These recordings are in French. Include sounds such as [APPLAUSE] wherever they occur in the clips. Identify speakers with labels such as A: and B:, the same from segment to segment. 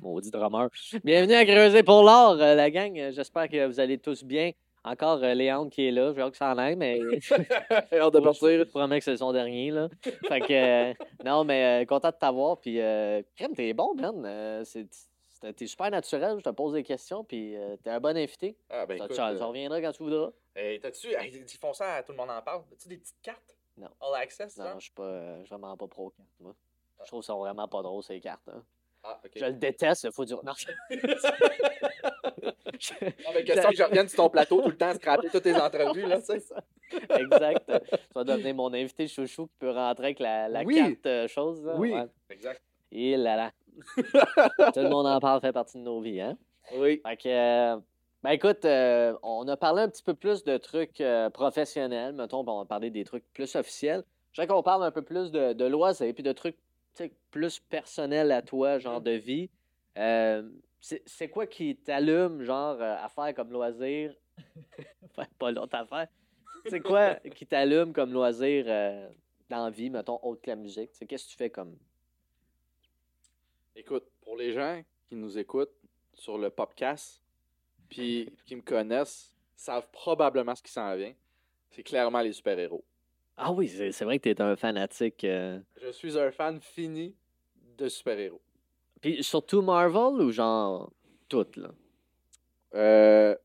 A: maudit drummer. Bienvenue à Creuser pour l'or, euh, la gang. Euh, J'espère que vous allez tous bien. Encore euh, Léandre qui est là. J'ai hâte que ça en aille,
B: [LAUGHS]
A: mais
B: Hors de
A: je
B: partir.
A: te promets que c'est son dernier. Là. Fait que, euh, non, mais euh, content de t'avoir. Puis, euh, Crème, t'es bon, man. Euh, c'est- c'est- T'es super naturel. Je te pose des questions. Puis, euh, t'es un bon invité.
B: [LAUGHS] Ah, ben
A: ça,
B: écoute,
A: ça-
B: euh,
A: ça reviendra quand tu voudras.
B: hey, t'as-tu. hey, Ils font ça, à tout le monde en parle. T'as-tu des petites cartes
A: Non.
B: All Access,
A: Non,
B: ça
A: non, je suis pas, euh, je suis vraiment pas pro cartes, moi. Je trouve que sont vraiment pas drôles, ces cartes. hein.
B: Ah, ok. [LAUGHS]
A: Je le déteste, le faux du. Non, [LAUGHS] je- je-
B: Non, mais question que je revienne sur ton plateau tout le temps, scraper
A: [LAUGHS]
B: toutes tes entrevues, là, tu sais.
A: exact. Tu vas devenir mon invité chouchou qui peut rentrer avec la, la
B: Oui.
A: carte euh, chose. là.
B: Oui.
A: Ouais.
B: Exact.
A: Et là
B: [LAUGHS]
A: là. Tout le monde en parle, fait partie de nos vies, hein?
B: Oui.
A: Fait que, euh, ben écoute, euh, on a parlé un petit peu plus de trucs euh, professionnels, mettons, bon, on a parlé des trucs plus officiels. Je dirais qu'on parle un peu plus de, de loisirs, puis de trucs tu sais, plus personnels à toi, genre de vie. Euh, c'est c'est quoi qui t'allume, genre, euh, à faire comme loisir? [LAUGHS] Enfin, pas l'autre affaire. C'est quoi qui t'allume comme loisir euh, dans la vie, mettons, autre que la musique? Tu sais, Qu'est-ce que tu fais comme...
B: Écoute, pour les gens qui nous écoutent sur le podcast,
A: [LAUGHS]
B: puis qui me connaissent, savent probablement ce qui s'en vient. C'est clairement les super-héros.
A: Ah oui, c'est c'est vrai que t'es un fanatique. euh,
B: Je suis un fan fini de super-héros.
A: Puis surtout Marvel ou genre toutes, là?
B: Euh,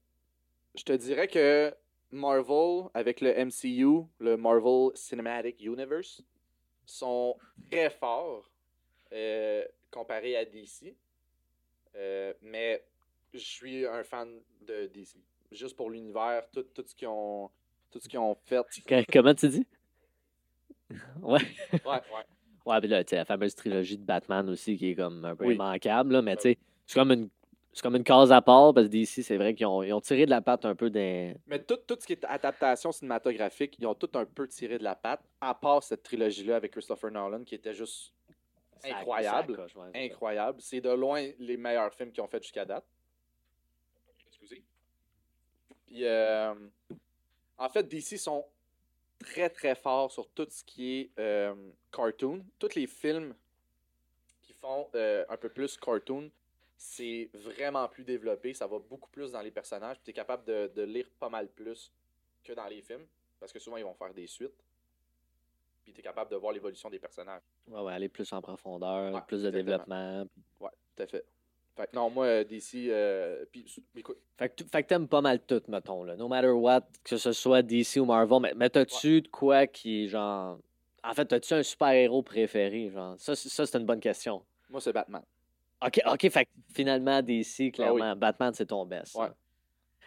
B: je te dirais que Marvel, avec le MCU, le Marvel Cinematic Universe, sont très forts euh, comparés à DC. Euh, mais je suis un fan de DC. Juste pour l'univers, tout, tout ce qu'ils ont, tout ce qu'ils ont fait.
A: Que- comment tu dis? Ouais.
B: Ouais, ouais.
A: Ouais, puis là, tu sais, la fameuse trilogie de Batman aussi qui est comme un peu
B: Oui.
A: immanquable, là, mais tu sais, c'est comme une. C'est comme une case à part parce que d'ici, c'est vrai qu'ils ont, ils ont tiré de la patte un peu des.
B: Mais tout, tout ce qui est adaptation cinématographique, ils ont tout un peu tiré de la patte, à part cette trilogie-là avec Christopher Nolan qui était juste Incroyable.
A: Ça accroche, ouais, c'est ça.
B: incroyable. C'est de loin les meilleurs films qu'ils ont fait jusqu'à date. Excusez. Puis, euh, en fait, DC sont très très forts sur tout ce qui est euh, cartoon. Tous les films qui font euh, un peu plus cartoon, c'est vraiment plus développé. Ça va beaucoup plus dans les personnages. Tu es capable de, de lire pas mal plus que dans les films. Parce que souvent, ils vont faire des suites. Puis tu es capable de voir l'évolution des personnages.
A: Ouais, ouais, aller plus en profondeur,
B: Ouais,
A: plus de
B: exactement.
A: développement.
B: Ouais, tout à fait. Fait que non, moi, euh, DC, euh, puis, s- écoute,
A: Fait que, tu- fait que t'aimes pas mal tout, mettons, là. No matter what, que ce soit DC ou Marvel, mais, mais t'as-tu de quoi qui est genre. En fait, t'as-tu un super-héros préféré, genre? Ça, c'est- ça, c'est une bonne question.
B: moi, c'est Batman.
A: Ok, ok, fait que finalement, DC, clairement, Batman, c'est ton best.
B: Ouais.
A: hein.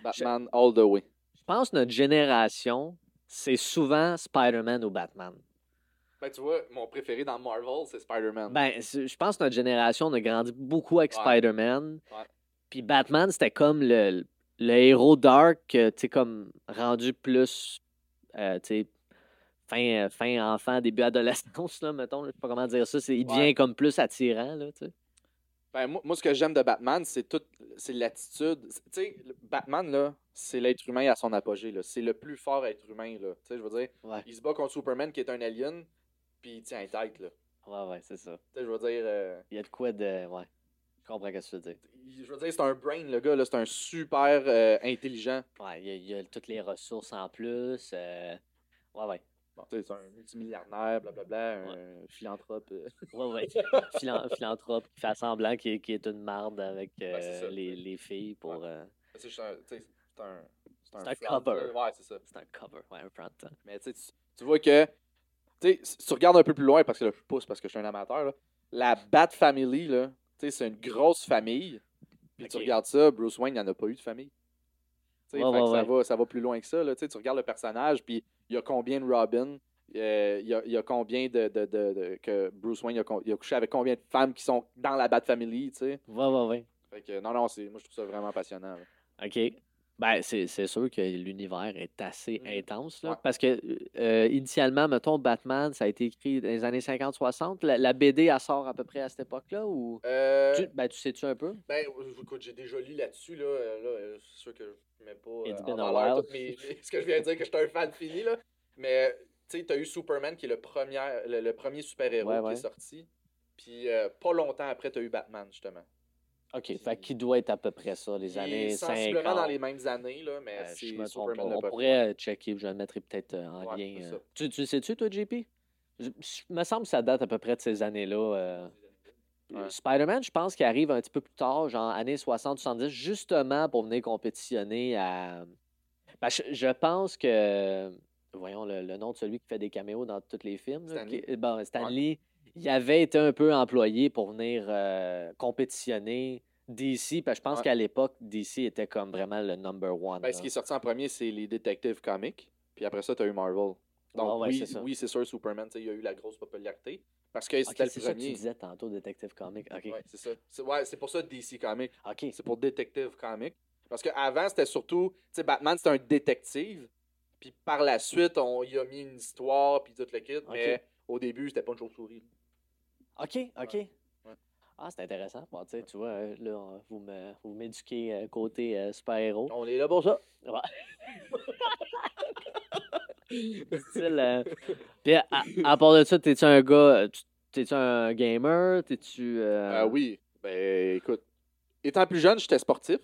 B: Batman all the way.
A: Je pense que notre génération, c'est souvent Spider-Man ou Batman.
B: Ben, tu vois, mon préféré dans Marvel, c'est Spider-Man.
A: Ben, c'est- je pense que notre génération, on a grandi beaucoup avec
B: Ouais.
A: Spider-Man.
B: Ouais.
A: Puis Batman, c'était comme le, le héros dark, euh, tu sais, comme rendu plus, euh, tu sais, fin, euh, fin enfant, début adolescence, là, mettons. là, Je sais pas comment dire ça. c'est- Il devient
B: Ouais.
A: comme plus attirant, là, tu sais.
B: Ben, moi, moi, ce que j'aime de Batman, c'est toute c'est l'attitude. C'est- Tu sais, le- Batman, là, c'est l'être humain à son apogée, là. C'est le plus fort être humain, là. Tu sais, je veux dire,
A: Ouais,
B: il se bat contre Superman, qui est un alien, puis il tient tête, là. Tu
A: ouais, ouais, c'est ça.
B: sais, je veux dire, euh,
A: Il y a de quoi de. Ouais. Je comprends ce que tu veux dire.
B: il- je veux dire, c'est un brain, le gars, là. C'est un super euh, intelligent.
A: Ouais, il y a, il y a toutes les ressources en plus. euh, Ouais, ouais.
B: Bon, tu sais, c'est un multimilliardaire, blablabla, un philanthrope. euh.
A: Ouais, [LAUGHS] ouais. Philan- philanthrope qui fait semblant qu'il qu'il est une marde avec euh,
B: c'est ça,
A: les,
B: tu sais.
A: les filles pour. euh,
B: C'est juste un. tu sais, C'est un. C'est
A: C'est un
B: front,
A: cover.
B: là. Ouais, c'est ça.
A: c'est un cover, ouais, un front. hein.
B: Mais tu, sais, tu- tu vois que. Tu sais, si tu regardes un peu plus loin, parce que là, je pousse parce que je suis un amateur. Là, la Bat Family, là, tu sais, c'est une grosse famille. Puis tu
A: Ok.
B: regardes ça, Bruce Wayne, il en a pas eu de famille. Tu sais,
A: Ouais,
B: fait que
A: ouais,
B: ça,
A: ouais.
B: va, ça va plus loin que ça. Là, tu sais, tu regardes le personnage, puis il y a combien de Robin euh, il, y a, il y a combien de, de, de- de- que Bruce Wayne il a, con- il a couché avec combien de femmes qui sont dans la Bat Family, tu sais.
A: Ouais, ouais, ouais.
B: Fait que non, non, c'est, moi je trouve ça vraiment passionnant. là.
A: OK. Ben, c'est c'est sûr que l'univers est assez
B: Mhm.
A: intense, là,
B: Ouais.
A: parce que, euh, initialement, mettons, Batman, ça a été écrit dans les années 50-60. La, la BD, elle sort à peu près à cette époque-là, ou...
B: Euh,
A: Tu, ben, tu sais-tu un peu?
B: Ben, euh, écoute, j'ai déjà lu là-dessus, là. euh, là euh, c'est sûr que je mets pas euh,
A: It's
B: en
A: been a
B: valeur
A: while.
B: toutes mes- ce que je viens de dire, que j'étais un fan fini, là. Mais, tu sais, t'as eu Superman qui est le premier, le, le premier super-héros
A: Ouais,
B: qui
A: ouais.
B: est sorti. Puis, euh, pas longtemps après, t'as eu Batman, justement.
A: OK, fait qu'il doit être à peu près ça, les
B: Qui est
A: années 50.
B: sensiblement dans les mêmes années, là, mais
A: Euh,
B: c'est
A: je me trompe pas.
B: Superman
A: On
B: le Buffalo.
A: pourrait euh, checker, je le mettrai peut-être euh, en
B: Ouais,
A: lien.
B: c'est
A: euh.
B: ça.
A: Tu, tu le sais-tu, toi, JP? Je, je- me semble que ça date à peu près de ces années-là. euh.
B: Ouais.
A: Spider-Man, je pense qu'il arrive un petit peu plus tard, genre années 60-70, justement pour venir compétitionner à. Ben, je, je pense que. Voyons le, le nom de celui qui fait des caméos dans tous les films. là,
B: Stan Lee.
A: qui- euh, bon, Stan
B: Ouais.
A: Lee, il avait été un peu employé pour venir euh, compétitionner DC. parce que je pense
B: Ouais.
A: qu'à l'époque, DC était comme vraiment le number one.
B: Ben,
A: là.
B: ce qui est sorti en premier, c'est les Detective Comics. Puis après ça, tu as eu Marvel. Donc
A: Ah ouais,
B: oui,
A: c'est ça. Ah,
B: oui, c'est sûr, Superman, tu sais, il a eu la grosse popularité. Parce que
A: Ok,
B: c'était
A: c'est
B: le
A: ça que tu
B: premier.
A: disais tantôt, Detective Comics. OK.
B: Ouais, c'est ça. C'est ouais, c'est pour ça DC Comics.
A: OK.
B: C'est pour Detective Comics. Parce qu'avant, c'était surtout. Tu sais, Batman, c'était un détective. Puis par la suite, on y a mis une histoire, puis tout le kit. Mais au début, c'était pas une chauve-souris.
A: OK, OK.
B: Ouais.
A: Ah, c'est intéressant. Bon, tu sais, tu vois, euh, là, on- vous me- vous m'éduquez euh, côté euh, super-héros.
B: On est là pour ça. [LAUGHS]
A: Style, euh, Puis, à, à part de ça, t'es-tu un gars... euh, tu- T'es-tu un gamer? T'es-tu... euh,
B: Euh, oui. Ben écoute. Étant plus jeune, j'étais [LAUGHS] sportif.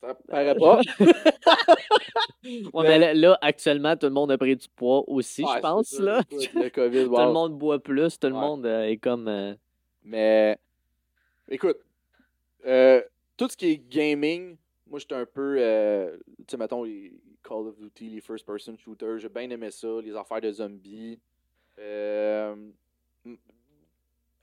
B: ça paraît pas.
A: ouais, mais là, là, actuellement, tout le monde a pris du poids aussi,
B: ben Ouais,
A: je
B: c'est
A: pense,
B: sûr,
A: là.
B: écoute, Le
A: [LAUGHS]
B: COVID,
A: Tout
B: wow.
A: le monde boit plus, tout le
B: Ouais.
A: monde euh, est comme... euh,
B: Mais écoute, euh, tout ce qui est gaming, moi j'étais un peu, euh, tu sais, mettons, les Call of Duty, les first person shooters, j'ai bien aimé ça, les affaires de zombies. Euh, m-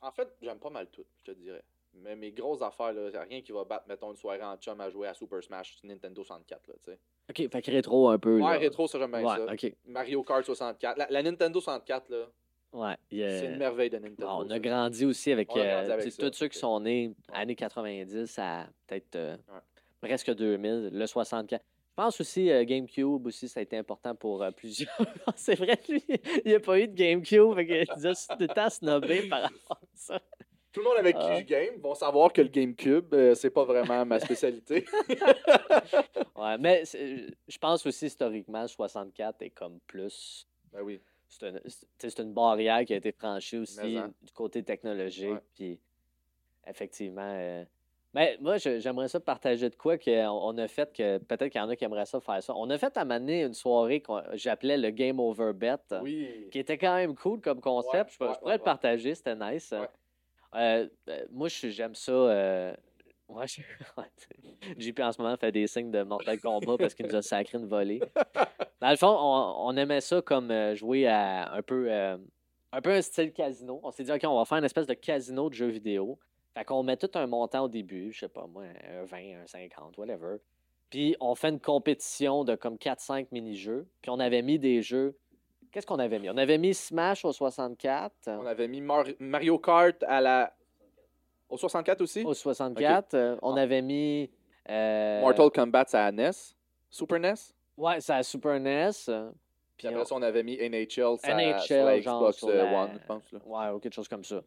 B: en fait, j'aime pas mal tout, je te dirais. Mais mes grosses affaires, là, y a rien qui va battre, mettons, une soirée en chum à jouer à Super Smash sur Nintendo 64, là, tu sais.
A: OK, fait que rétro un peu, là.
B: Ouais, rétro, ça j'aime bien ça.
A: Ouais, OK.
B: Mario Kart 64. La, la Nintendo 64, là,
A: Ouais, il y a-
B: c'est une merveille de Nintendo.
A: Euh, Bon, on a
B: ça.
A: grandi aussi avec,
B: On a grandi
A: euh,
B: avec
A: tu sais,
B: ça,
A: tous ceux qui
B: fait que-
A: sont nés années 90 à peut-être euh,
B: Ouais.
A: presque 2000, le 64. Je pense aussi euh, GameCube aussi, ça a été important pour euh, plusieurs. [LAUGHS] C'est vrai, lui, il n'y a pas eu de GameCube, fait que je suis tout le temps
B: [LAUGHS]
A: snobé par rapport à ça.
B: Tout le monde avec
A: Ah.
B: qui je game vont savoir que le GameCube, euh, c'est pas vraiment
A: [LAUGHS]
B: ma spécialité.
A: Ouais, mais c'est- je pense aussi historiquement, 64 est comme plus.
B: ben oui.
A: C'est une, c'est- tu sais, c'est une barrière qui a été franchie aussi
B: Mais en.
A: du côté technologique.
B: Ouais.
A: Puis, effectivement. euh, mais moi, je- j'aimerais ça partager de quoi qu'on on a fait, que peut-être qu'il y en a qui aimeraient ça faire ça. On a fait à un moment donné une soirée que j'appelais le Game Over Bet,
B: Oui.
A: qui était quand même cool comme concept.
B: Ouais,
A: je, peux- je
B: ouais,
A: pourrais
B: ouais,
A: le
B: ouais.
A: partager, c'était nice.
B: Ouais.
A: Euh, euh, moi, je- j'aime ça. euh, [LAUGHS] ouais, je- JP en ce moment fait des signes de Mortal Kombat parce qu'il nous a sacré une volée. Dans le fond, on, on aimait ça comme euh, jouer à un peu, euh, un peu un style casino. On s'est dit, OK, on va faire une espèce de casino de jeux vidéo. Fait qu'on met tout un montant au début, je sais pas moi, un 20, un 50, whatever. Puis on fait une compétition de comme 4-5 mini-jeux. Puis on avait mis des jeux. Qu'est-ce qu'on avait mis? On avait mis Smash au 64.
B: On avait mis Mar- Mario Kart à la. Au 64 aussi
A: Au 64, euh, on avait mis. euh,
B: Ah. Mortal Kombat à la NES. Super NES.
A: Ouais, c'est à Super NES. euh,
B: Puis
A: Puis
B: après
A: on-
B: ça, on avait mis NHL, ça-
A: NHL,
B: sur la
A: genre,
B: Xbox
A: sur
B: euh,
A: la-
B: One, je pense. là.
A: Ouais, ou quelque chose comme ça.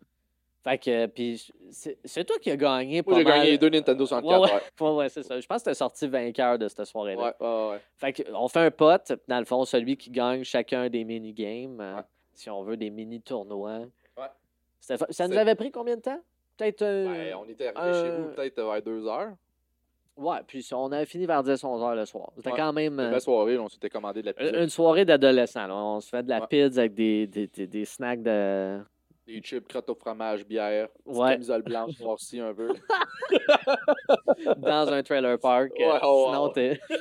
A: Fait que, puis, c'est- c'est toi qui as gagné.
B: Moi, j'ai
A: pas mal-
B: gagné les deux Nintendo 64. Ouais,
A: Ouais, ouais, c'est ça. Je pense que t'es sorti vainqueur de cette
B: ouais,
A: soirée-là.
B: ouais. ouais, ouais.
A: Fait que, on fait un pote, dans le fond, celui qui gagne chacun des mini-games, euh,
B: Ouais.
A: si on veut, des mini-tournois.
B: Ouais.
A: C'était fa- Ça nous
B: C'est-
A: avait pris combien de temps? Peut-être. euh,
B: Ben, on était arrivés
A: euh,
B: chez vous peut-être vers deux heures.
A: Ouais, puis on avait fini vers 10-11 heures le soir. C'était
B: Ouais.
A: quand même.
B: Une
A: euh,
B: belle soirée, on s'était commandé de la pizza,
A: Une une soirée d'adolescent, là. On se fait de la
B: Ouais.
A: pizza avec des, des, des- des snacks de.
B: des chips, crottes au fromage, bière, petite
A: Ouais.
B: camisole blanche, noircie un
A: [LAUGHS]
B: peu.
A: dans un trailer park.
B: [LAUGHS] Ouais, ouais, ouais,
A: Sinon,
B: ouais.
A: t'es- [LAUGHS]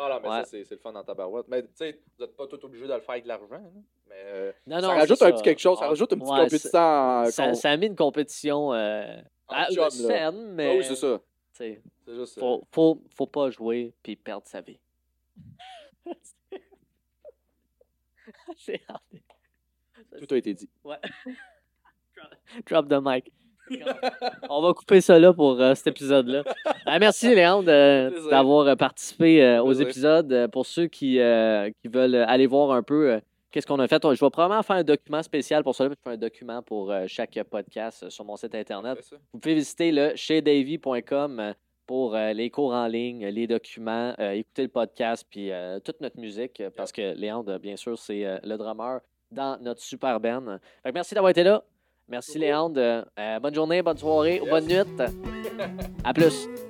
B: Ah non, mais
A: Ouais.
B: ça, c'est c'est le fun dans ta barouette. Mais tu sais, vous n'êtes pas tout obligé de le faire avec de l'argent. hein. Mais euh,
A: Non,
B: ça
A: Ah non,
B: rajoute
A: c'est Ah,
B: un petit quelque chose, ça rajoute un petit
A: Ouais, c'est-
B: compétition en,
A: Ça,
B: con-
A: ça a mis une compétition euh,
B: en
A: à-
B: job, là.
A: saine, mais.
B: Ah oui, c'est ça.
A: tu sais,
B: C'est juste ça.
A: Faut, faut, faut pas jouer puis perdre sa
B: [LAUGHS]
A: vie. C'est hard.
B: Tout a été dit.
A: Drop the mic. On va couper ça là pour euh, cet épisode-là. Ah, merci, Léandre, de-
B: Plaisir.
A: d'avoir euh, participé euh, aux
B: Plaisir.
A: épisodes. Euh, Pour ceux qui, euh, qui veulent euh, aller voir un peu euh, qu'est-ce qu'on a fait, on- je vais probablement faire un document spécial pour cela. puis Je fais un document pour euh, chaque podcast euh, sur mon site Internet.
B: C'est ça.
A: Vous pouvez visiter le chezdavy.com euh, pour euh, les cours en ligne, les documents, euh, écouter le podcast, puis euh, toute notre musique, euh, parce que Léandre, bien sûr, c'est euh, le drummer dans notre super band. Fait que Ben. merci d'avoir été là. Merci, Léandre. Euh, bonne journée, bonne soirée ou bonne nuit. À plus.